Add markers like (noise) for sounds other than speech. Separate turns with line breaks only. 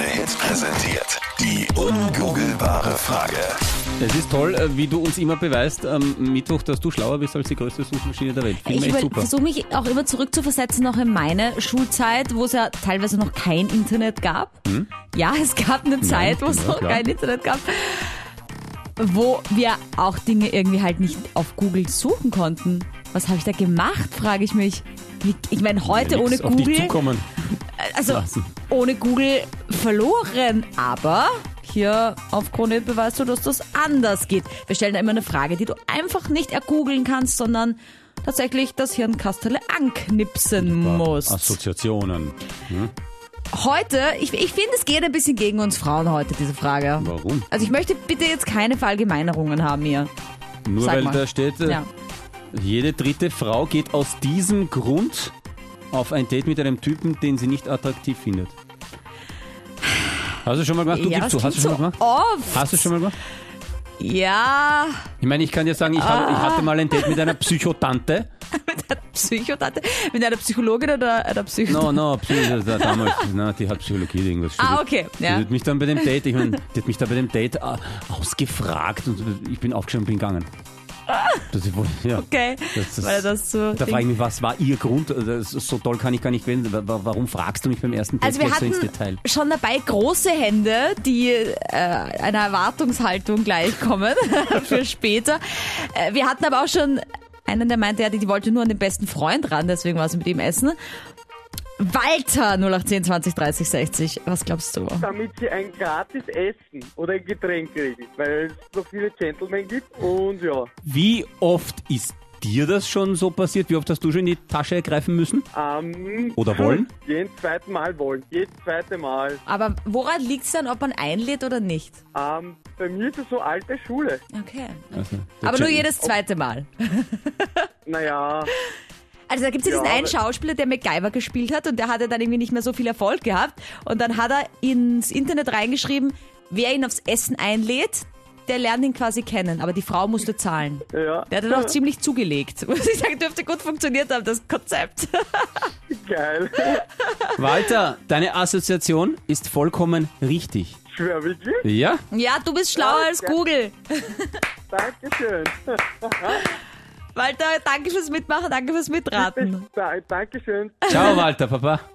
Hits präsentiert. Die ungoogelbare Frage.
Es ist toll, äh, wie du uns immer beweist am Mittwoch, dass du schlauer bist als die größte Suchmaschine der Welt. Finde
Ich
ich echt super.
versuche mich auch immer zurückzuversetzen, noch in meine Schulzeit, wo es ja teilweise noch kein Internet gab. Ja, es gab eine Zeit, wo es
Hm? ja,
noch
klar.
kein Internet gab, wo wir auch Dinge irgendwie halt nicht auf Google suchen konnten. Was habe ich da gemacht, frage ich mich. Wie- Ich meine, heute
Ja,
ohne
nix Auf dich
Google,
zukommen.
also
lassen.
ohne Google verloren, aber hier auf Krone beweist du, dass das anders geht. Wir stellen da immer eine Frage, die du einfach nicht ergoogeln kannst, sondern tatsächlich das Hirnkastele anknipsen musst.
Assoziationen.
Heute, ich, ich finde, es geht ein bisschen gegen uns Frauen heute, diese Frage.
Warum?
Also ich möchte bitte jetzt keine Verallgemeinerungen haben hier.
Nur
Sag
weil
mal.
da steht, äh,
Ja.
jede dritte Frau geht aus diesem Grund auf ein Date mit einem Typen, den sie nicht attraktiv findet. Hast du schon mal gemacht? Du
ja,
gibst zu.
das
Hast du
klingt
schon mal
so
gemacht?
Oft.
Hast du schon mal gemacht?
Ja,
Ich meine, ich kann dir sagen, ich, hab, ich
Ah.
hatte mal ein Date
(laughs)
mit einer Psychotante.
mit einer Psychotante, mit einer Psychologin oder einer
No,
Psychotante.
no, Psycho, (laughs) da, damals, na, die hat Psychologie irgendwas studiert.
Ah, okay,
Die
ja.
hat mich dann bei dem Date, ich mein, die hat mich dann bei dem Date äh, ausgefragt und äh, ich bin aufgestanden und bin gegangen. Das ist wohl, ja.
Okay,
Das ist-
weil er das so...
Da frage ich mich, was war Ihr Grund? Also, Das, ist- so toll kann ich gar nicht werden. Wa- wa- Warum fragst du mich beim ersten Date
Also wir
gleich so
hatten
ins Detail?
schon dabei große Hände, die äh, einer Erwartungshaltung gleichkommen (laughs) für später. Äh, wir hatten aber auch schon einen, der meinte, ja, die, die wollte nur an den besten Freund ran, deswegen war sie mit ihm essen. Walter 0810 20 30 60. Was glaubst du?
damit sie ein gratis Essen oder ein Getränk kriegen, weil es noch viele Gentlemen gibt und ja,
Wie oft ist dir das schon so passiert? Wie oft hast du schon in die Tasche greifen müssen?
ähm,
Oder wollen?
Jeden zweiten Mal wollen, jedes zweite Mal.
Aber woran liegt es dann, ob man einlädt oder nicht?
Ähm, bei mir ist es so alte Schule.
Okay.
Also, der
Aber nur
Chat-
jedes zweite Mal.
Naja,
Also da gibt's ja diesen
Ja,
einen
aber-
Schauspieler, der MacGyver gespielt hat und der hatte dann irgendwie nicht mehr so viel Erfolg gehabt. Und dann hat er ins Internet reingeschrieben, wer ihn aufs Essen einlädt, der lernt ihn quasi kennen. Aber die Frau musste zahlen.
ja,
(laughs) Der hat dann auch ziemlich zugelegt. (laughs) Muss ich sagen, dürfte gut funktioniert haben, das Konzept.
geil.
Walter, deine Assoziation ist vollkommen richtig.
Schwer wirklich?
Ja?
Ja, du bist schlauer als
Ja.
Google.
Dankeschön.
Walter, danke fürs Mitmachen, danke fürs Mitraten.
Da, Dankeschön.
Ciao, Walter, Papa.